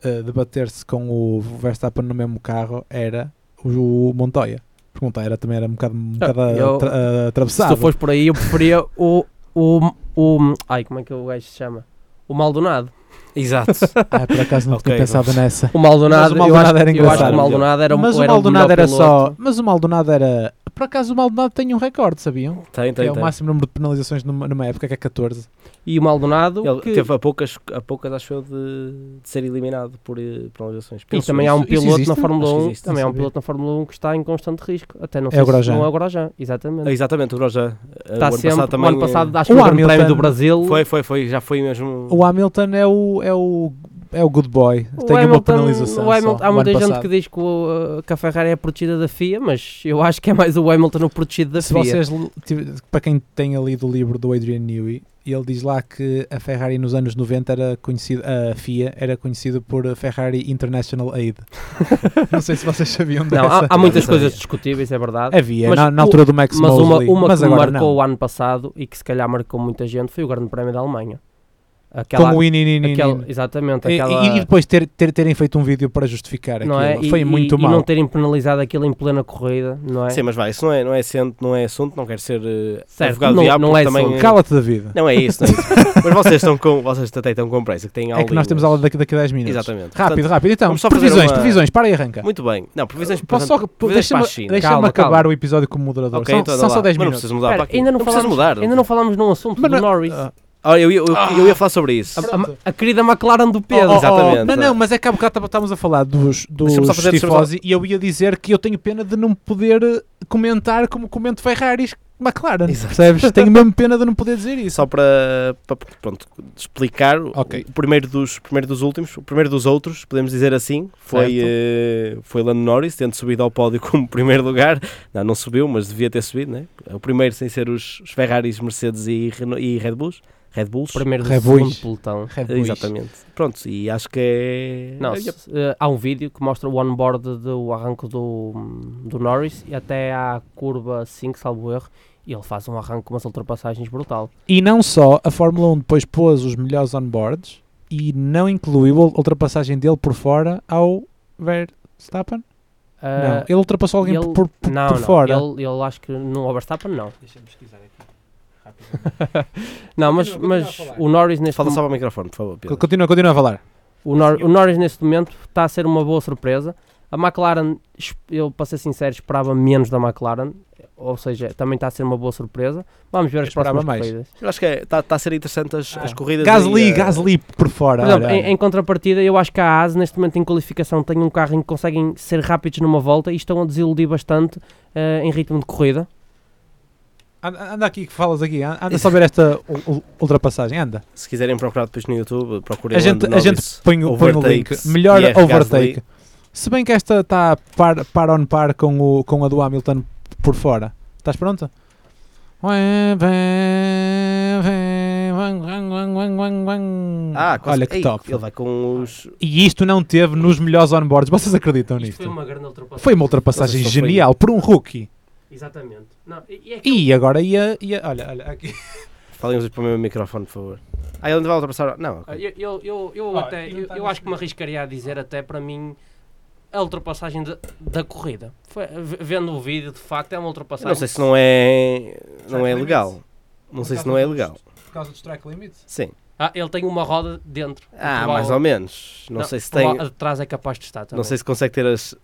eh, debater-se com o Verstappen no mesmo carro era o, o Montoya. Porque o Montoya era, também era um bocado, um bocado eu- atra- ah, Se atravessado. tu fores por aí, eu preferia o, o, o. Ai, como é que o gajo se chama? O Maldonado. Exato. Ah, por acaso não tinha Ok, pensado nessa. O Maldonado, Mas o Maldonado eu acho, era eu acho que engraçado. o Maldonado era, um- mas o era Maldonado melhor era só. piloto. Mas o Maldonado era. Por acaso o Maldonado tem um recorde, sabiam? tem, Que tem, é o tem. máximo número de penalizações numa, numa época, que é 14. E o Maldonado. Ele que- teve a poucas, a poucas achou de, de ser eliminado por eh, penalizações. E Penso também eu. há um isso- isso piloto na existe? Fórmula Acho que 1 existe, não também há um sabia. piloto na Fórmula 1 que está em constante risco. Até não É sei o se Grosjean. não é o Grosjean, exatamente. Exatamente, o Groja. eh, o Está ano Tá sempre. passado também. o ano eh, passado, acho que O o Grande Prémio Hamilton do Brasil. Foi, foi, foi, já foi mesmo. O Hamilton é o, é o, é o good boy. O tem uma Hamilton- penalização. o Hamilton- só, há o muita ano gente passado. que diz que, o, que a Ferrari é protegida da FIA, mas eu acho que é mais o Hamilton o protegido da Se FIA. vocês, l- tive- para quem tenha lido o livro do Adrian Newey, ele diz lá que a Ferrari nos anos 90 era conhecida, a FIA era conhecida por a Ferrari International Aid. não sei se vocês sabiam Não, dessa. há, há muitas Não sabia. coisas discutíveis, é verdade. Havia, Mas na, na o- altura do Max mas uma, Mosley, uma mas que me agora marcou não. o ano passado e que se calhar marcou muita gente foi o Grande Prémio da Alemanha. Aquela, Com o Inininin. aquela- exatamente, E, aquela, e- e depois ter, ter- terem feito um vídeo para justificar aquilo. não é? E- Foi e, muito e mal. não terem penalizado aquilo em plena corrida, não é? Sim, mas vai, isso não é, não é, assento, não é assunto, não quero ser eh, Certo, advogado não- do diabo, não porque é também. assunto. eh, Cala-te da vida. Não é isso, não é isso. mas vocês estão com. Vocês até estão com pressa, que têm aula. É que nós e- temos aula daqui, daqui a 10 minutos. Exatamente. Rápido, Portanto, rápido. Então, vamos só fazer previsões, uma- previsões, para e arranca. Muito bem. Não, previsões Posso portanto, só- previsões deixa-me para a China. deixa-me Calma, acabar calma. o episódio como moderador. Ok, são então anda são lá. só 10 mas não minutos. precisas mudar Espera, para aqui. ainda não, precisas falámos, mudar. ainda não Ah! falámos num assunto Mas do não- Norris. Ah, Olha, eu, eu, eu, eu ia falar sobre isso. A- a, a querida McLaren do Pedro. oh, oh, oh, exatamente. Não, não, mas é que há bocado estávamos a falar dos, dos Deixa-me só fazer- deixa-me tifosi e eu ia dizer que eu tenho pena de não poder eh, comentar como comento Ferraris McLaren. Exato. Percebes? tenho mesmo pena de não poder dizer isso. Só para, para, pronto, explicar, o- Ok. o primeiro dos, o primeiro dos últimos, o primeiro dos outros, podemos dizer assim, foi, Certo. eh, foi Lando Norris, tendo subido ao pódio como primeiro lugar. Não, não subiu, mas devia ter subido, né? O primeiro sem ser os, os Ferraris, Mercedes e, Reno- e Red Bulls. Red Bulls. Primeiro do Rebuis. segundo pelotão. Red Bull. Exatamente. Pronto, e acho que é. Não, é- se- eh, há um vídeo que mostra o onboard do arranco do, do Norris e até à curva 5, salvo erro, e ele faz um arranco com umas ultrapassagens brutal. E não só, a Fórmula 1 depois pôs os melhores onboards e não incluiu a ultrapassagem dele por fora ao Verstappen. não, Ah, ele ultrapassou alguém ele- por, por- não, por não, fora. Ele, ele acho que no Verstappen não. Não, mas, mas o Norris neste Fala momento. só para o microfone, por favor, Pedro. Continua, continua a falar. O, Nor- o Norris neste momento está a ser uma boa surpresa. A McLaren, es- eu para ser sincero, esperava menos da McLaren, ou seja, também está a ser uma boa surpresa. Vamos ver Eu as esperava próximas mais. Tá, corridas. Eu acho que está a ser interessante as, as corridas. Ah. Gasly, e, eh, Gasly por fora. Por exemplo, olha, em, em contrapartida, eu acho que a Haas, neste momento em qualificação, tem um carro em que conseguem ser rápidos numa volta e estão a desiludir bastante eh, em ritmo de corrida. Anda, anda aqui que falas aqui, an- anda só ver esta u- u- ultrapassagem, anda. Se quiserem procurar depois no YouTube, procurem A gente, Lando a gente Norris, põe, o- põe o link. overtakes, Melhor IR overtake. Gasly. Se bem que esta está par, par on par com, o, com a do Hamilton por fora. Estás pronta? Ah, quase- Olha que Ei, top. Ele vai com os. E isto não teve nos melhores onboards. Vocês acreditam nisto? Isto foi uma grande ultrapassagem. Foi uma ultrapassagem Vocês só foi- genial por um rookie. Exatamente. Não, e, e é que- E agora ia. ia olha, olha, aqui. Falem os dois para o meu microfone, por favor. Ah, ele ainda vai ultrapassar. Não, ok. Ah, Eu, eu, eu, eu Ah, até, e não eu, tá eu nesse acho que me arriscaria a dizer até para mim a ultrapassagem da- da corrida. Foi- v- vendo o vídeo, de facto, é uma ultrapassagem. não sei se não é. Não é Track legal. limits. Não sei se não é legal. Por causa dos track limits? Sim. Ah, ele tem uma roda dentro. Ah, Prova- mais ou menos. Não sei se tem. prova- A de trás é capaz de estar também. Não sei se consegue ter as.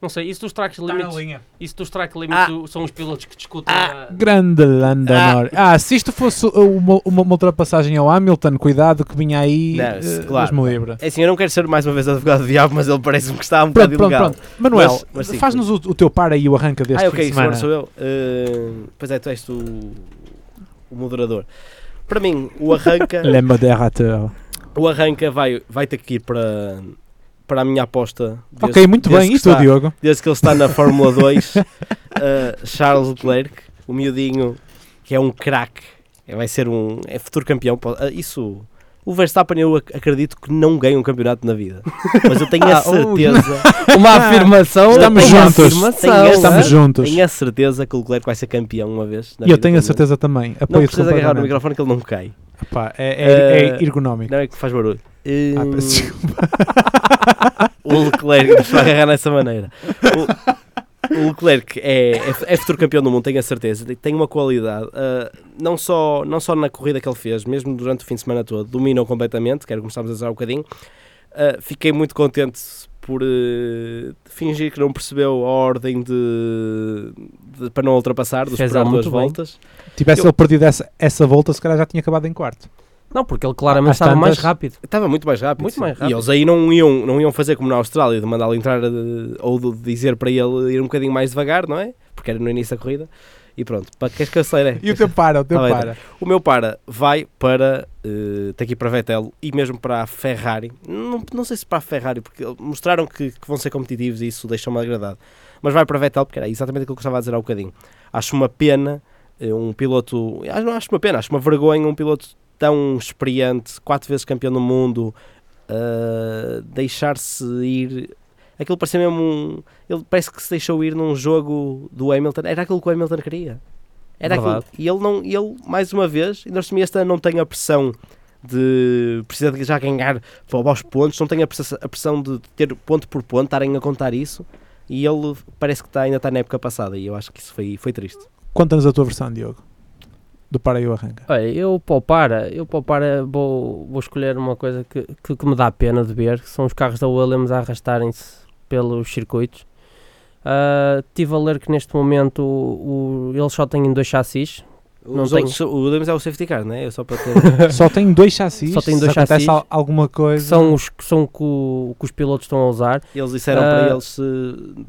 Não sei, isso dos tracks limites, linha. isso dos track limits o- são os pilotos que discutem. a- Grande Lando Ah. Norris. Ah, se isto fosse uma, uma- uma ultrapassagem ao Hamilton, cuidado que vinha aí. Não, eh, se- Deus claro. me livre. É assim, eu não quero ser mais uma vez advogado do diabo, mas ele parece-me que está um bocado Pronto, pronto, ilegal. pronto. Manuel, Mas- mas sim, faz-nos o, o teu par aí, o arranca deste Ah, fim de ok, semana. agora sou eu. Eh, pois é, tu és tu o moderador. Para mim, o arranca, Le moderateur. o arranca vai, vai ter que ir para, para a minha aposta. desde- ok, muito desde bem. que Isto é o está- Diogo. Desde que ele está na Fórmula 2, eh, Charles Leclerc, o miudinho, que é um craque, eh, vai ser um é futuro campeão. po- eh, isso, o Verstappen, eu ac- acredito que não ganha um campeonato na vida, mas eu tenho a Ah, ui. certeza. Uma afirmação. Estamos uma juntos. afirmação, Ah, Tem Estamos é? juntos. Tenho a certeza que o Leclerc vai ser campeão uma vez. na E eu tenho vida, pelo a menos. certeza também. Não Apoio precisa agarrar no completamente. microfone que ele não cai. Epá, é, é- Eh, é ergonómico. Não é que faz barulho. Ah, Hum, peço eh, desculpa. o Leclerc deixa eu agarrar nessa maneira. O, o Leclerc é, é, é futuro campeão do mundo, tenho a certeza. Tem uma qualidade, ah, não, só, não só na corrida que ele fez, mesmo durante o fim de semana todo, dominou completamente. Quero começar a dizer um bocadinho. Ah, fiquei muito contente por eh, fingir que não percebeu a ordem de, de- para não ultrapassar, dos Fez esperar algo duas muito bem. voltas. Tivesse eu- ele perdido essa, essa volta, se calhar já tinha acabado em quarto. Não, porque ele claramente Às estava mais tantas- rápido. Estava muito mais rápido. Muito sim. mais rápido. E eles aí não iam, não iam fazer como na Austrália, de mandá-lo entrar eh, ou de dizer para ele ir um bocadinho mais devagar, não é? Porque era no início da corrida. E pronto, para que escanceira. E o teu para, o teu Ah, bem, para. O meu para vai para. eh, tem que ir para Vettel e mesmo para a Ferrari. Não, não sei se para a Ferrari, porque mostraram que, que vão ser competitivos e isso deixou-me agradado. Mas vai para Vettel, porque era exatamente aquilo que eu estava a dizer há bocadinho. Acho uma pena eh, um piloto. acho- Não acho uma pena, acho uma vergonha um piloto tão experiente, quatro vezes campeão do mundo, eh, deixar-se ir. Aquilo parecia mesmo um. Ele parece que se deixou ir num jogo do Hamilton. Era aquilo que o Hamilton queria. Era aquilo. Verdade. E ele, não, e ele, mais uma vez, ainda assim, este ano não tem a pressão de. Precisa de já ganhar aos pontos, não tem a pressa- a pressão de ter ponto por ponto, estarem a contar isso. E ele parece que está, ainda está na época passada. E eu acho que isso foi, foi triste. Conta-nos a tua versão, Diogo. Do para e o arranca. Olha, eu para o para, eu para o para vou, vou escolher uma coisa que, que, que me dá pena de ver, que são os carros da Williams a arrastarem-se pelos circuitos. Ah, Estive a ler que neste momento o, o- eles só têm dois chassis, Não Os tenho. outros- o Williams é o safety car, não é? Eu só para ter. Só tem dois chassis. Só tem dois se acontece chassis. al- alguma que coisa. é. são os que, são que, o- que os pilotos estão a usar. Eles disseram Ah, para eles se.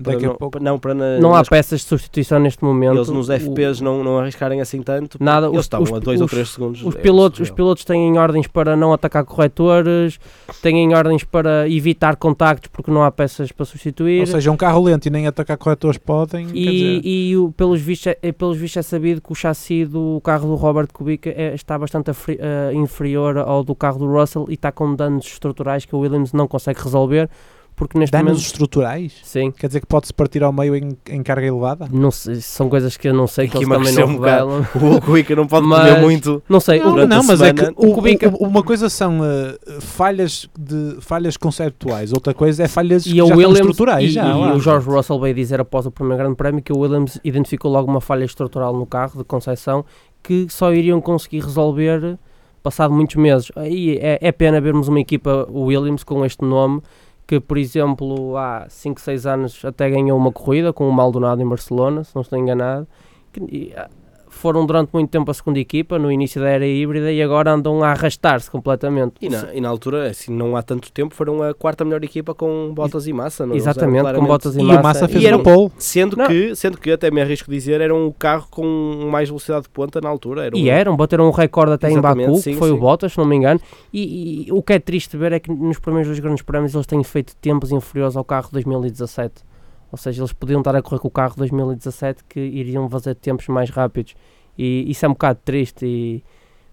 Para daqui a não, pouco. para- não, para na- Não há nas- peças de substituição neste momento. Eh, eles nos O- FPs não, não arriscarem assim tanto. porque Nada, eles os- estavam os- a 2 ou os- 3 segundos. Os é pilotos, os surreal. pilotos têm ordens para não atacar corretores, têm ordens para evitar contactos porque não há peças para substituir. Ou seja, um carro lento e nem atacar corretores podem. quer E, dizer, e o- pelos, vistos, é- pelos vistos é sabido que o chassi do carro do Robert Kubica é- está bastante afri- eh, inferior ao do carro do Russell e está com danos estruturais que o Williams não consegue resolver porque neste danos momento... estruturais? Sim. Quer dizer que pode-se partir ao meio em, em carga elevada? Não sei, são coisas que eu não sei, Tem que que eles emagrecer também não um bocado. revelam. O Kubica não pode comer Mas- muito. Não sei, Não, o- durante não, a mas é que semana, o- o Kubica- o- uma coisa são eh, falhas, de, falhas conceptuais, outra coisa é falhas que e já o estão Williams estruturais. e, já, e lá. o George Russell veio dizer após o primeiro grande prémio que o Williams identificou logo uma falha estrutural no carro de concessão que só iriam conseguir resolver passado muitos meses aí é, é pena vermos uma equipa Williams com este nome que por exemplo há 5, 6 anos até ganhou uma corrida com o Maldonado em Barcelona se não estou enganado que, e, ah, foram durante muito tempo a segunda equipa no início da era híbrida e agora andam a arrastar-se completamente E na, e na altura, assim, não há tanto tempo, foram a quarta melhor equipa com botas e massa. Não, é? exatamente com Claramente. botas e, um E massa, o Massa fez E era uma pole. Sendo Não. que, sendo que, até me arrisco dizer, eram o carro com mais velocidade de ponta na altura. Era um- E eram, bateram um recorde até em Exatamente, Baku, sim, que foi o sim. Bottas, se não me engano. E, e o que é triste ver é que nos primeiros dois grandes prémios eles têm feito tempos inferiores ao carro de 2017. Ou seja, eles podiam estar a correr com o carro de 2017 que iriam fazer tempos mais rápidos. E isso é um bocado triste e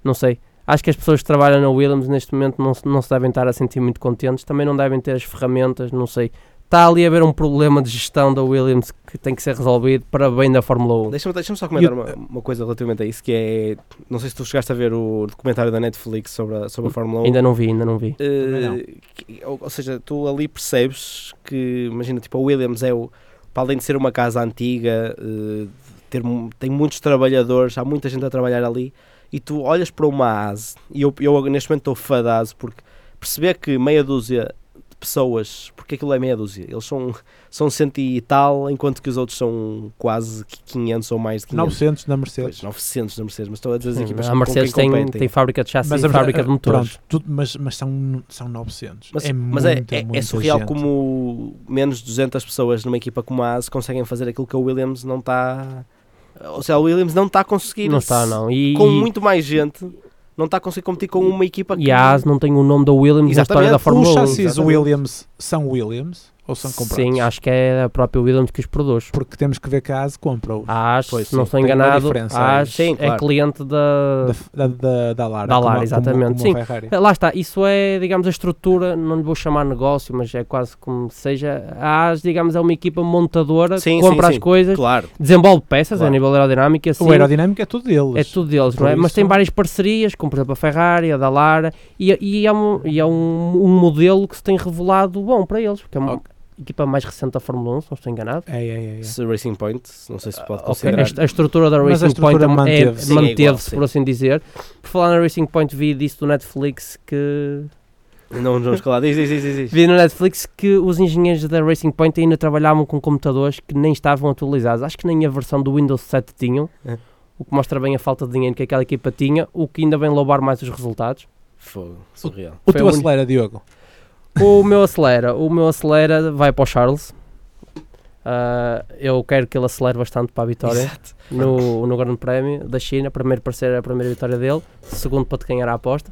não sei. Acho que as pessoas que trabalham na Williams neste momento não, se- não se devem estar a sentir muito contentes, também não devem ter as ferramentas, não sei. Está ali a haver um problema de gestão da Williams que tem que ser resolvido para bem da Fórmula 1. Deixa-me deixa-me só comentar uma, uma coisa relativamente a isso, que é... Não sei se tu chegaste a ver o documentário da Netflix sobre a, sobre a Fórmula 1. Ainda não vi, ainda não vi. Também não. Eh, que- ou, ou seja, tu ali percebes que, imagina, tipo, a Williams é o, para além de ser uma casa antiga, eh, ter, mu- tem muitos trabalhadores, há muita gente a trabalhar ali, e tu olhas para uma ASE, e eu, eu neste momento estou fã da ASE, porque perceber que meia dúzia de pessoas, porque aquilo é meia dúzia, eles são, são cento e tal, enquanto que os outros são quase 500 ou mais de 500. 900 na Pois, Mercedes. 900 da Mercedes, mas estou a dizer as Sim, equipas Uhum. a com Mercedes quem tem, competem. tem fábrica de chassi e a- é, fábrica de motores. Pronto, tudo- mas, mas são, são 900. Mas é, mas é, muita, é- é muita surreal gente. como menos de 200 pessoas numa equipa como a ASE conseguem fazer aquilo que a Williams não está. Ou seja, a Williams não está a conseguir. Não está, não. E, Com muito mais gente, não está a conseguir competir com uma equipa que. e a AS não tem o nome da Williams na Exatamente. história da O Os Fórmula 1. chassis Exatamente. Williams são Williams ou são comprados? Sim, acho que é a própria Williams que os produz. Porque temos que ver caso compram-os. Acho, Pois, se não sim, estou tem uma enganado, diferença aí. acho Sim, é claro. cliente da, da, f- da, da, da Lara. Da Lara, como a- como- exatamente, como a sim. Ferrari. Lá está, isso é, digamos, a estrutura, não lhe vou chamar negócio, mas é quase como seja. A AS, digamos, é uma equipa montadora, Sim, compra sim, as sim, coisas, Claro. desenvolve peças a Claro. nível aerodinâmico e assim. O aerodinâmico é tudo deles. É tudo deles, Por não é? Mas tem isso- várias parcerias, como por exemplo a Ferrari, a da Lara, e, e é, um, e é um, um modelo que se tem revelado bom para eles, porque é uma equipa mais recente da Fórmula 1, se não estou enganado. É, é, é, é. Se Racing Point, não sei se pode Ah, Ok, considerar. a est- A estrutura da Mas Racing a estrutura Point é- manteve-se. é, Sim, é igual, manteve-se, sim. por assim dizer. Por falar na Racing Point, vi disso do Netflix que Não vamos calar. Diz, diz, diz, diz. diz. Vi no Netflix que os engenheiros da Racing Point ainda trabalhavam com computadores que nem estavam atualizados. Acho que nem a versão do Windows 7 tinham, É. o que mostra bem a falta de dinheiro que aquela equipa tinha, o que ainda vem louvar mais os resultados. Fogo. Surreal. O Foi um teu a acelera, Diogo. O meu acelera, o meu acelera vai para o Charles. Ah, eu quero que ele acelere bastante para a vitória no, no Grande Prémio da China. Primeiro para ser a primeira vitória dele, segundo para te ganhar a aposta.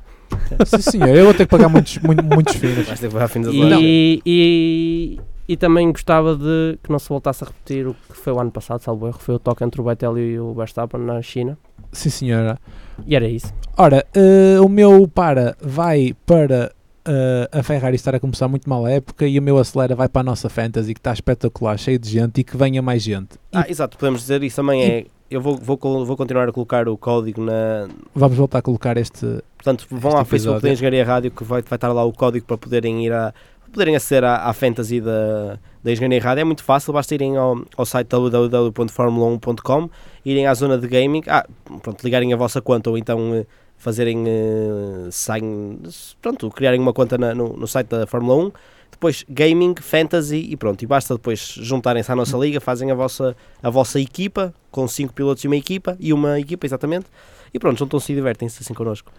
Sim, senhor. Eu vou ter que pagar muitos, muito- muitos finos. Vais ter que pagar a fim de semana. E, e, e também gostava de que não se voltasse a repetir o que foi o ano passado, salvo erro, foi o toque entre o Vettel e o Verstappen na China. Sim, senhora. E era isso. Ora, eh, o meu para vai para eh, a Ferrari estar a começar muito mal a época e o meu acelera vai para a nossa Fantasy que está espetacular, cheio de gente e que venha mais gente. E Ah, exato, podemos dizer isso também é. Eu vou, vou, col- vou continuar a colocar o código na. vamos voltar a colocar este. Portanto, vão Este ao Facebook da episódio. Engenharia Rádio que vai, vai estar lá o código para poderem ir a. poderem aceder à, à fantasy da, da Engenharia Rádio. É muito fácil, basta irem ao, ao site www.formula1.com, irem à zona de gaming, ah, pronto, ligarem a vossa conta ou então eh, fazerem. eh, sign, pronto, criarem uma conta na- no, no site da Fórmula 1. Depois gaming, fantasy e pronto. E basta depois juntarem-se à nossa liga, fazem a vossa, a vossa equipa, com cinco pilotos e uma equipa, e uma equipa exatamente, e pronto, juntam-se e divertem-se assim connosco.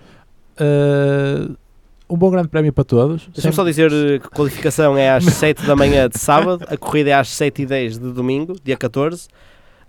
eh, um bom grande prémio para todos. Deixa-me só dizer eh, que a qualificação é às 7 da manhã de sábado, a corrida é às 7 e 10 de domingo, dia 14.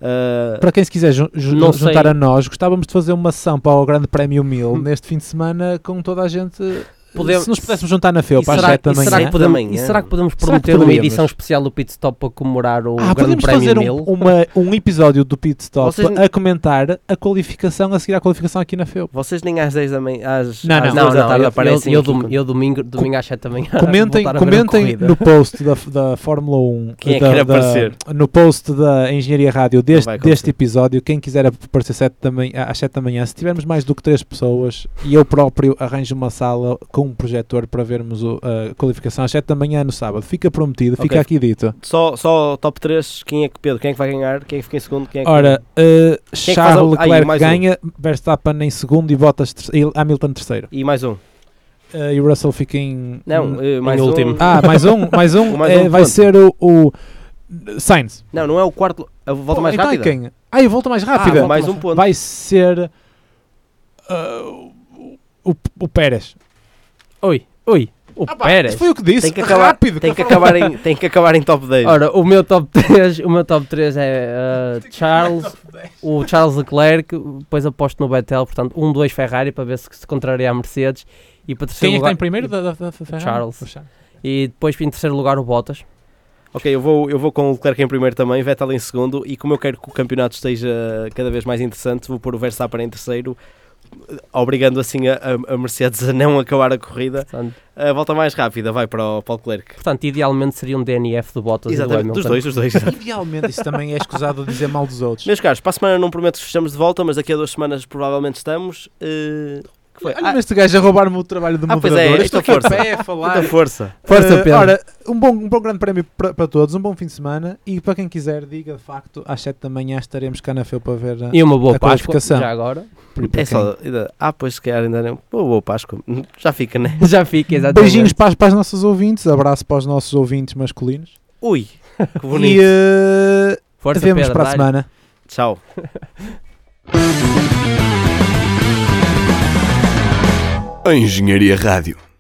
Ah, Para quem se quiser ju- ju- Não juntar sei. a nós, gostávamos de fazer uma ação para o Grande Prémio 1000 neste fim de semana com toda a gente. eh, Podemos- se nos pudéssemos juntar na FEU E para as será- 7 da e será manhã. que podemos- Amanhã. E será que podemos Será que prometer uma podemos? edição especial do Pit Stop para comemorar o Ah, Grande podemos Prémio fazer 1000? um, uma- um episódio do Pit Stop Vocês- a comentar a qualificação, a seguir à qualificação aqui na FEU. vocês nem às 10 da manhã, às, Não, não. às duas Não, da não, tarde um eu, aparecem. eu, eu, aqui dom- com- eu domingo, domingo às 7 da manhã. Comentem, voltar a ver a comentem corrida. no post da, da Fórmula 1. Quem é que da- quer da- aparecer? No post da Engenharia Rádio vai deste, acontecer. deste episódio, quem quiser aparecer sete da manhã- às 7 da manhã, se tivermos mais do que 3 pessoas e eu próprio arranjo uma sala com um projetor para vermos o- a qualificação às 7 da manhã no sábado. Fica prometido, fica Ok. aqui dito. Só, só top 3, quem é que Pedro? Quem é que vai ganhar? Quem é que fica em segundo? Quem é que... Ora, eh, é que faz a- Charles Aí, Leclerc mais um. ganha, Verstappen em segundo e Bottas terce- e Hamilton terceiro. E mais um. Eh, e o Russell fica em. Não, eh, mais em um. último. Ah, mais um, mais um, O mais eh, um vai quanto? ser o, o Sainz. Não, não é o quarto. A volta Oh, mais então é rápida. quem? Ah, e volta mais rápida. Ah, mais um ponto. Vai ser ah, o, o Pérez. Oi, oi, o Pérez. Isso foi o que disse. Tem que acabar- Rápido. Tem que, acabar em, tem que acabar em top 10. Ora, o meu top 3, o meu top 3 é uh, Charles, o Charles Leclerc, depois aposto no Vettel, portanto, um, dois Ferrari para ver se se contraria a Mercedes e para terceiro Quem é que lugar, está em primeiro da, da, da Ferrari? Charles. O Charles. E depois em terceiro lugar o Bottas. Ok, eu vou, eu vou com o Leclerc em primeiro também, Vettel em segundo, e como eu quero que o campeonato esteja cada vez mais interessante, vou pôr o Verstappen em terceiro, eh, obrigando assim a, a- a Mercedes a não acabar a corrida. Portanto, A volta mais rápida vai para o, para o Leclerc. portanto, idealmente seria um DNF do Bottas e do Exatamente, Hamilton. dos dois, dos dois. exato. Idealmente, isso também é escusado de dizer mal dos outros. Meus caros, para a semana não prometo que estamos de volta, mas daqui a duas semanas provavelmente estamos. eh, que foi? Olha Ah, mas este gajo a roubar-me o trabalho do Ah, pois é, moderador. Eu esta estou aqui força. a pé a falar. muita força. Força, Eh, Pedro. Ora, um bom, um bom grande prémio para para todos, um bom fim de semana e para quem quiser, diga de facto, às 7 da manhã estaremos cá na FEU para ver eh, a, E uma boa A Páscoa, qualificação. já agora. para É quem- só. ainda- Ah, pois se calhar ainda não. Boa, boa Páscoa. Já fica, né? Já fica, exatamente. Beijinhos para, as- para os nossos ouvintes, abraço para os nossos ouvintes masculinos. Ui, que E bonito. eh, Força, vemos Pedro, para a dá-lhe. semana. Tchau. Engenharia Rádio.